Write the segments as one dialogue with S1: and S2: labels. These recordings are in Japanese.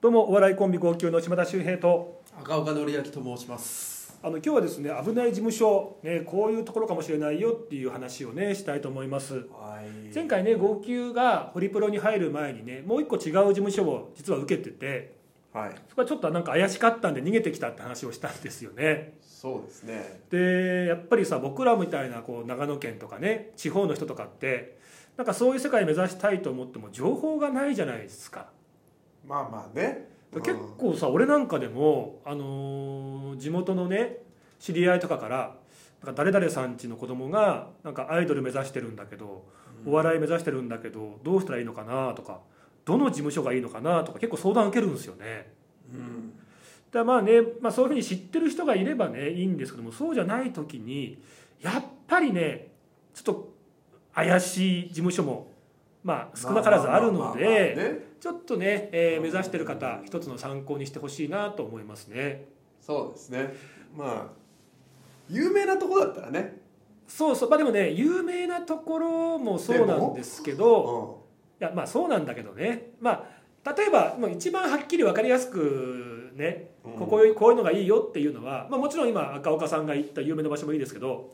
S1: どうもお笑いコンビ号泣の島田秀平と
S2: 赤岡典明と申します
S1: あの今日はですね危ない事務所、ね、こういうところかもしれないよっていう話をねしたいと思います
S2: はい
S1: 前回ね号泣がホリプロに入る前にねもう一個違う事務所を実は受けてて
S2: はい
S1: そこはちょっとなんか怪しかったんで逃げてきたって話をしたんですよね
S2: そうですね
S1: でやっぱりさ僕らみたいなこう長野県とかね地方の人とかってなんかそういう世界目指したいと思っても情報がないじゃないですか
S2: まあまあね
S1: 結構さ俺なんかでも、あのー地元のね知り合いとかからなんか誰々さんちの子供がなんかアイドル目指してるんだけど、お笑い目指してるんだけどどうしたらいいのかなとかどの事務所がいいのかなとか結構相談受けるんですよね。
S2: うん
S1: だからまあね、まあ、そういうふうに知ってる人がいればねいいんですけどもそうじゃない時にやっぱりねちょっと怪しい事務所も、まあ、少なからずある
S2: ま
S1: の
S2: まあまあまあ
S1: で。
S2: ね
S1: ちょっとね、えー目指してる方一つの参考にしてほしいなと思いますね
S2: そうですねまあ有名なとこだったらね
S1: そうそうまあでもね有名なところもそうなんですけどいやまあそうなんだけどねまあ例えばもう一番はっきり分かりやすくね
S2: うん
S1: こここういうのがいいよっていうのは、まあ、もちろん今赤岡さんが行った有名な場所もいいですけど、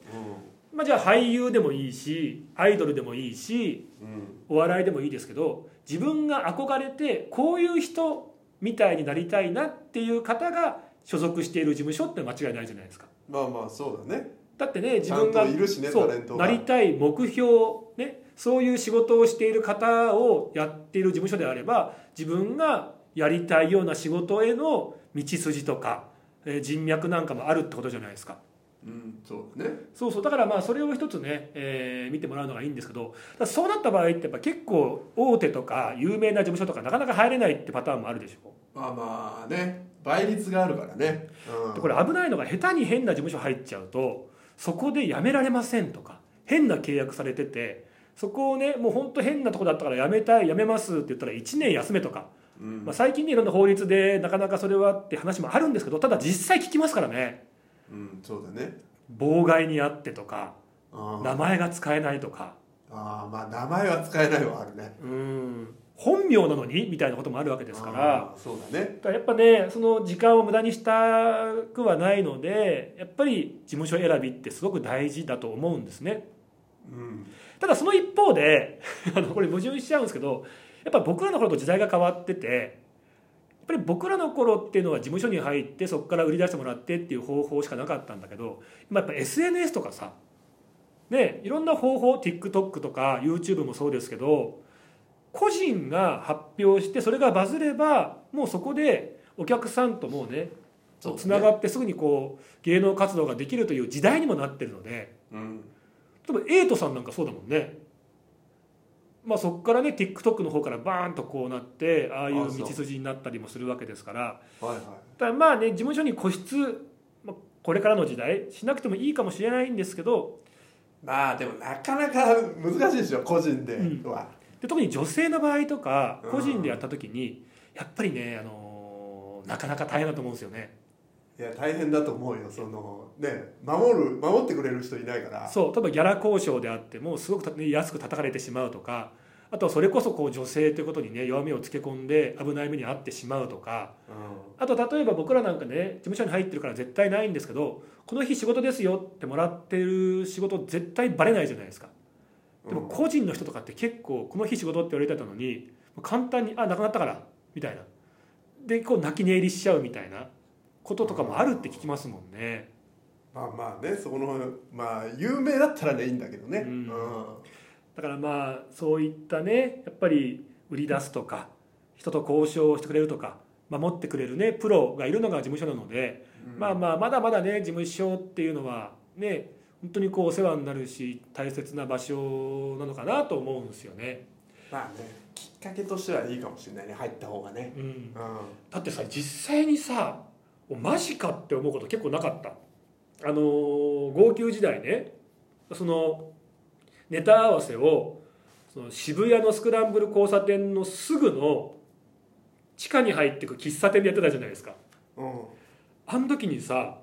S1: まあ、じゃあ俳優でもいいしアイドルでもいいし
S2: うんうん
S1: お笑いでもいいですけど自分が憧れてこういう人みたいになりたいなっていう方が所属している事務所って間違いないじゃないですか
S2: まあまあそうだね
S1: だってね自分が
S2: ちゃんといるしね
S1: そう
S2: タレントが
S1: なりたい目標ねそういう仕事をしている方をやっている事務所であれば自分がやりたいような仕事への道筋とか、えー人脈なんかもあるってことじゃないですか
S2: うんそうだね
S1: そうそうだからまあそれを一つね、えー見てもらうのがいいんですけどただそうなった場合ってやっぱ結構大手とか有名な事務所とかなかなか入れないってパターンもあるでしょ、
S2: まあまあね倍率があるからねうん
S1: でこれ危ないのが下手に変な事務所入っちゃうとそこで辞められませんとか変な契約されててそこをねもうほんと変なとこだったから辞めたい辞めますって言ったら1年休めとか、
S2: うん
S1: まあ、最近ねいろんな法律でなかなかそれはって話もあるんですけどただ実際聞きますからね
S2: うんそうだね
S1: 妨害にあってとか
S2: あ
S1: 名前が使えないとか。
S2: あーまあ名前は使えないはあるね
S1: うん本名なのにみたいなこともあるわけですから
S2: あーそうだね
S1: だからやっぱねその時間を無駄にしたくはないのでやっぱり事務所選びってすごく大事だと思うんですね
S2: うん
S1: ただその一方で あのこれ矛盾しちゃうんですけどやっぱ僕らの頃と時代が変わっててやっぱり僕らの頃っていうのは事務所に入ってそこから売り出してもらってっていう方法しかなかったんだけど今やっぱ SNS とかさねいろんな方法 TikTok とか YouTube もそうですけど個人が発表してそれがバズればもうそこでお客さんともうね
S2: そうだね
S1: つながってすぐにこう芸能活動ができるという時代にもなってるので。
S2: うん
S1: 例えばエイトさんなんかそうだもんねまあそこからね TikTok の方からバーンとこうなってああいう道筋になったりもするわけですから
S2: はいはい
S1: ただまあね事務所に固執、まあ、これからの時代しなくてもいいかもしれないんですけど
S2: まあでもなかなか難しいでしょ個人では、
S1: で特に女性の場合とか
S2: うん
S1: 個人でやった時にやっぱりね、あのーなかなか大変だと思うんですよね
S2: いや大変だと思うよそのね守る守ってくれる人いないから
S1: そう例えばギャラ交渉であってもすごくた、ね、安く叩かれてしまうとかあとはそれこそこう女性ということにね弱みをつけ込んで危ない目に遭ってしまうとか
S2: う
S1: あと例えば僕らなんかね事務所に入ってるから絶対ないんですけどこの日仕事ですよってもらってる仕事絶対バレないじゃないですかでも
S2: うん
S1: 個人の人とかって結構この日仕事って言われてたのに簡単に「あなくなったから」みたいなでこう泣き寝入りしちゃうみたいなこととかもあるって聞きますもんね
S2: まあまあねそこのまあ有名だったらねいいんだけどね、
S1: うん
S2: うん
S1: だからまあそういったねやっぱり売り出すとか人と交渉をしてくれるとか守ってくれるねプロがいるのが事務所なのでまあまあまだまだね事務所っていうのはね本当にこうお世話になるし大切な場所なのかなと思うんですよね、
S2: まあねきっかけとしてはいいかもしれないね入った方がね、
S1: うん、
S2: うん、
S1: だってさ実際にさおマジかって思うこと結構なかったあのー号泣時代ねそのネタ合わせをその渋谷のスクランブル交差点のすぐの地下に入ってく喫茶店でやってたじゃないですか
S2: うん、
S1: あの時にさや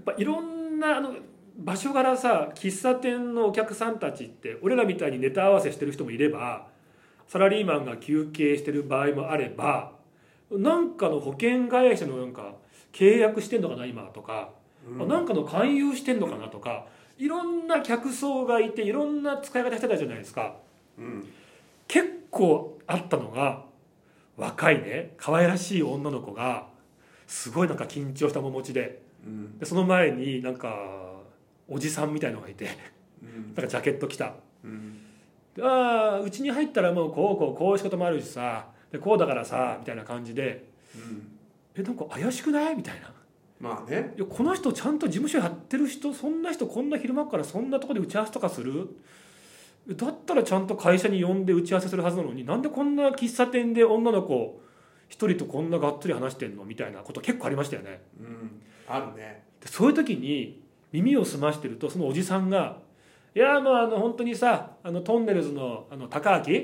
S1: っぱいろんなあの場所柄さ喫茶店のお客さんたちって俺らみたいにネタ合わせしてる人もいればサラリーマンが休憩してる場合もあればなんかの保険会社のなんか契約してんのかな今とか、
S2: うん
S1: あなんかの勧誘してんのかなとかいろんな客層がいていろんな使い方してたじゃないですか
S2: うん
S1: 結構あったのが若いね可愛らしい女の子がすごいなんか緊張した面持ちで
S2: うん
S1: でその前になんかおじさんみたいのがいて
S2: うん
S1: なんかジャケット着た
S2: うん
S1: でああうちに入ったらもうこうこうこういう仕事もあるしさでこうだからさみたいな感じで
S2: うん
S1: えなんか怪しくないみたいな
S2: まあね
S1: いやこの人ちゃんと事務所やってる人そんな人こんな昼間からそんなとこで打ち合わせとかするだったらちゃんと会社に呼んで打ち合わせするはずなのになんでこんな喫茶店で女の子一人とこんながっつり話してんのみたいなこと結構ありましたよね
S2: うんあるね
S1: でそういう時に耳を澄ましてるとそのおじさんが「いやまああの本当にさあのトンネルズのあの高明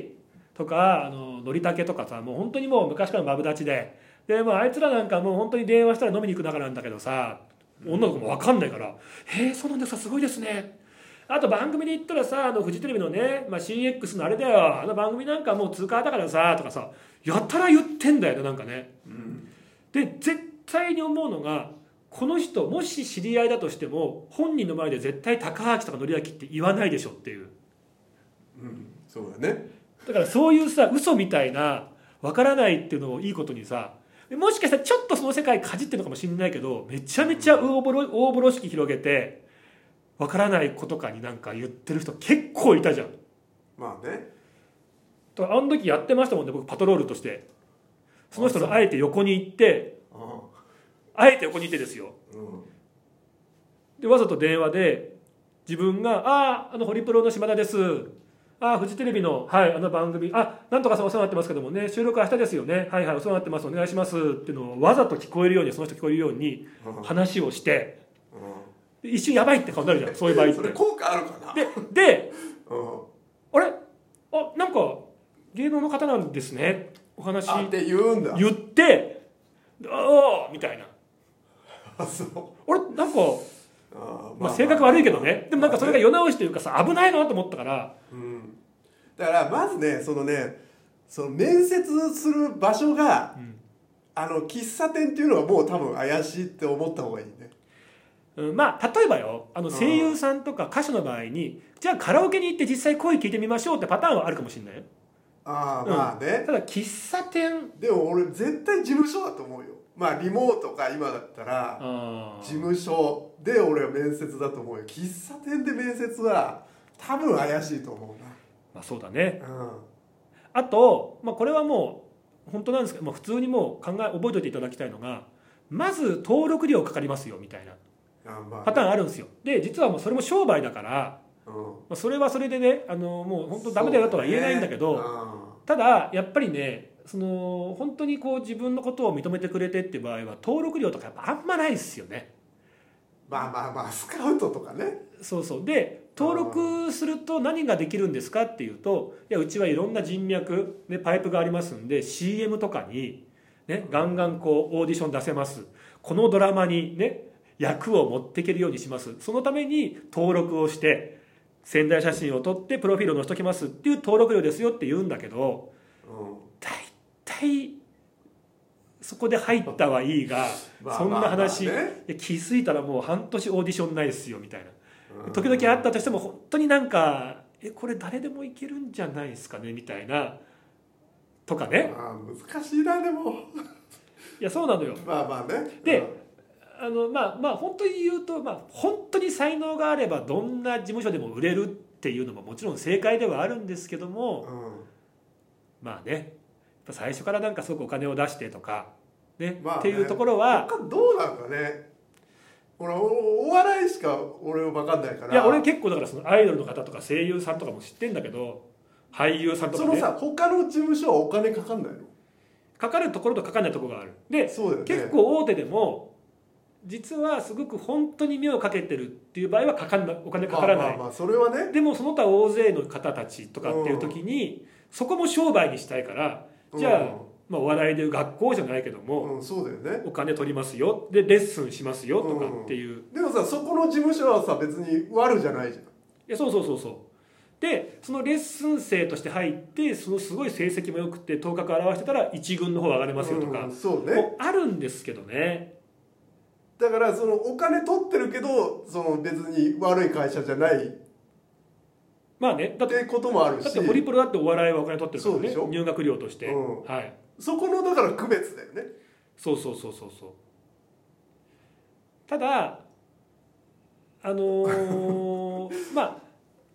S1: とかあののりたけとかさもう本当にもう昔からマブダチでで、まあ、あいつらなんかもう本当に電話したら飲みに行く仲なんだけどさ女の子も分かんないから「へえそうなんですかすごいですね」あと番組で言ったらさあのフジテレビのね、まあ、CX のあれだよあの番組なんかもう通過だからさとかさやたら言ってんだよねなんかね。
S2: うん
S1: で絶対に思うのがこの人もし知り合いだとしても本人の前で絶対高橋とか紀明って言わないでしょっていう
S2: うんそうだね
S1: だからそういうさ嘘みたいなわからないっていうのをいいことにさもしかしたらちょっとその世界かじってるのかもしれないけどめちゃめちゃ大風呂大風呂敷広げてわからないことかになんか言ってる人結構いたじゃん
S2: まあね
S1: とあの時やってましたもんね僕パトロールとしてその人のあえて横に行って
S2: あ
S1: あえて横に行ってですよ
S2: うん
S1: でわざと電話で自分が「あああのホリプロの島田です」「ああフジテレビの,、はい、あの番組あなんとかさんお世話になってますけどもね収録明日ですよねはいはいお世話になってますお願いします」っていうのをわざと聞こえるようにその人聞こえるように話をして
S2: う
S1: で一瞬やばいって顔になるじゃんそういうん場合っ
S2: それ
S1: て。
S2: 効果あるかな
S1: でで
S2: うん
S1: あれあなんか芸能の方なんですねお話
S2: あって言うんだ
S1: 言って「ああ」みたいな
S2: あそう
S1: 「あれなんか、
S2: あー
S1: まあ、性格悪いけど
S2: ね
S1: ね」でもなんかそれが世直しというかさ危ないなと思ったから。
S2: うんだからまずねそのねその面接する場所が、
S1: うん
S2: あの喫茶店っていうのはもう多分怪しいって思った方がいいね
S1: うんまあ例えばよあの
S2: うん
S1: 声優さんとか歌手の場合にじゃあカラオケに行って実際声聞いてみましょうってパターンはあるかもしれないよ
S2: ああまあね、
S1: ただ喫茶店
S2: でも俺絶対事務所だと思うよまあリモートか今だったら
S1: あ
S2: 事務所で俺は面接だと思うよ喫茶店で面接は多分怪しいと思う
S1: まあそうだね
S2: なうん
S1: あと、まあ、これはもう本当なんですけど、まあ、普通にもう考え覚えておいていただきたいのがまず登録料かかりますよみたいな
S2: あまあ
S1: パターンあるんですよで実はもうそれも商売だから、
S2: うん
S1: まあ、それはそれでねあのもう本当ダメだよとは言えないんだけど、
S2: そうねうん
S1: ただやっぱりねその本当にこう自分のことを認めてくれてっていう場合は登録料とかやっぱあんまないですよね
S2: まあまあまあスカウトとかね
S1: そうそうで登録すると何ができるんですかっていうといやうちはいろんな人脈、ね、パイプがありますんで CM とかに、ね、ガンガンこうオーディション出せますこのドラマにね役を持っていけるようにしますそのために登録をして宣材写真を撮ってプロフィールを載せときますっていう登録料ですよって言うんだけど
S2: うん
S1: 大体そこで入ったはいいが
S2: まあ
S1: そんな話、
S2: まあまあね
S1: いや気づいたらもう半年オーディションないっすよみたいな、
S2: うん
S1: 時々あったとしても本当になんかえこれ誰でもいけるんじゃないですかねみたいなとかね
S2: あー難しいなでも
S1: いやそうなのよ
S2: まあまあね
S1: であのまあまあ本当に言うと、まあ、本当に才能があればどんな事務所でも売れるっていうのももちろん正解ではあるんですけど
S2: うん、
S1: もまあねやっぱ最初からなんかすごくお金を出してとか、ね
S2: まあね
S1: っていうところは
S2: 他どうなんかね俺おお笑いしか俺は分かんないから
S1: いや俺結構だからそのアイドルの方とか声優さんとかも知ってんだけど俳優さんとか、
S2: そ
S1: ね、
S2: のさ他の事務所はお金かかんないの
S1: かかるところとかかんないところがあるで、
S2: そうだよね
S1: 結構大手でも実はすごく本当に目をかけてるっていう場合はかかんなお金かからない、
S2: まあまあまあそれはね
S1: でもその他大勢の方たちとかっていう時に、そこも商売にしたいからじゃあ,、まあお笑いでいう学校じゃないけど
S2: う
S1: も、
S2: ん、うん、そうだよね
S1: お金取りますよでレッスンしますよとかっていう、
S2: でもさそこの事務所はさ別に悪じゃないじゃん
S1: いやそうそうそうそうでそのレッスン生として入ってそのすごい成績も良くて頭角を現してたら一軍の方上がれますよとか
S2: う、んそうね
S1: もうあるんですけどね
S2: だからそのお金取ってるけどその別に悪い会社じゃないっ
S1: まあねだって
S2: てこともある
S1: だっ
S2: して
S1: ホリプロだってお笑いはお金取ってる
S2: そうで
S1: か
S2: し
S1: ら
S2: ょ
S1: ね入学料として、
S2: うん
S1: はい
S2: そこのだから区別だよね
S1: そうそうそうそうそうただあの ーまあ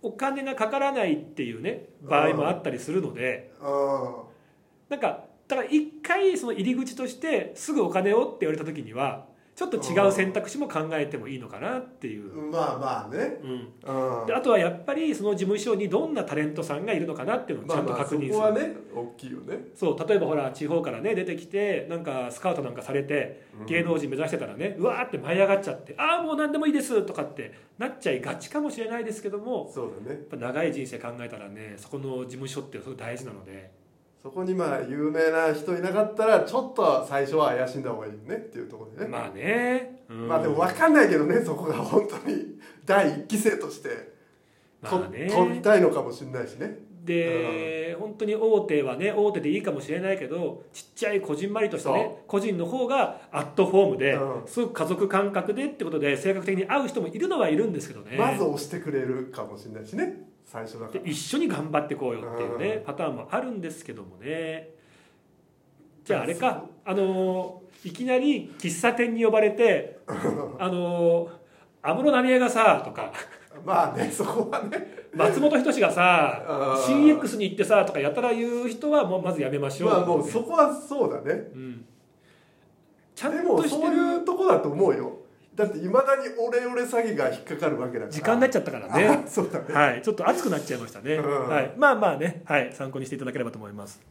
S1: お金がかからないっていうね場合もあったりするので
S2: あ
S1: なんかだから一回その入り口としてすぐお金をって言われた時にはちょっと違う選択肢も考えてもいいのかなっていう、
S2: あまあまあね
S1: うん、
S2: うん
S1: であとはやっぱりその事務所にどんなタレントさんがいるのかなっていうのをちゃんと確認する、
S2: まあまあそこはね大きいよね
S1: そう例えばほら地方からね出てきてなんかスカウトなんかされて
S2: うん
S1: 芸能人目指してたらね、うわーって舞い上がっちゃってああもう何でもいいですとかってなっちゃいがちかもしれないですけども
S2: そうだ
S1: や
S2: ね
S1: っぱ長い人生考えたらねそこの事務所ってすごい大事なので
S2: そこにまあ有名な人いなかったらちょっと最初は怪しんだ方がいいよねっていうところでね、
S1: まあね、うん
S2: まあでも分かんないけどねそこが本当に第一期生としてと、
S1: まあね
S2: 取りたいのかもしれないしね
S1: で、本当に大手はね大手でいいかもしれないけどちっちゃいこじんまりとしたね個人の方がアットホームで、
S2: う
S1: すごく家族感覚でってことで性格的に合う人もいるのはいるんですけどね
S2: まず押してくれるかもしれないしね最初だか
S1: で
S2: ら
S1: 一緒に頑張ってこうよっていうね、
S2: う
S1: パターンもあるんですけどもねじゃああれかあのーいきなり喫茶店に呼ばれて「あのー安室奈美恵がさ」と か
S2: まあねそこはね
S1: 「松本人志がさ
S2: あー
S1: CX に行ってさ」とかやたら言う人はもうまずやめましょう、
S2: まあもうそこはそうだね
S1: うん、ちゃ
S2: で
S1: ん
S2: も
S1: として
S2: そう
S1: る
S2: いうとこだと思うよだっていまだにオレオレ詐欺が引っかかるわけだから
S1: 時間になっちゃったからね
S2: そうだね
S1: はいちょっと熱くなっちゃいましたね、
S2: うん
S1: はい、まあまあね、はい、参考にしていただければと思います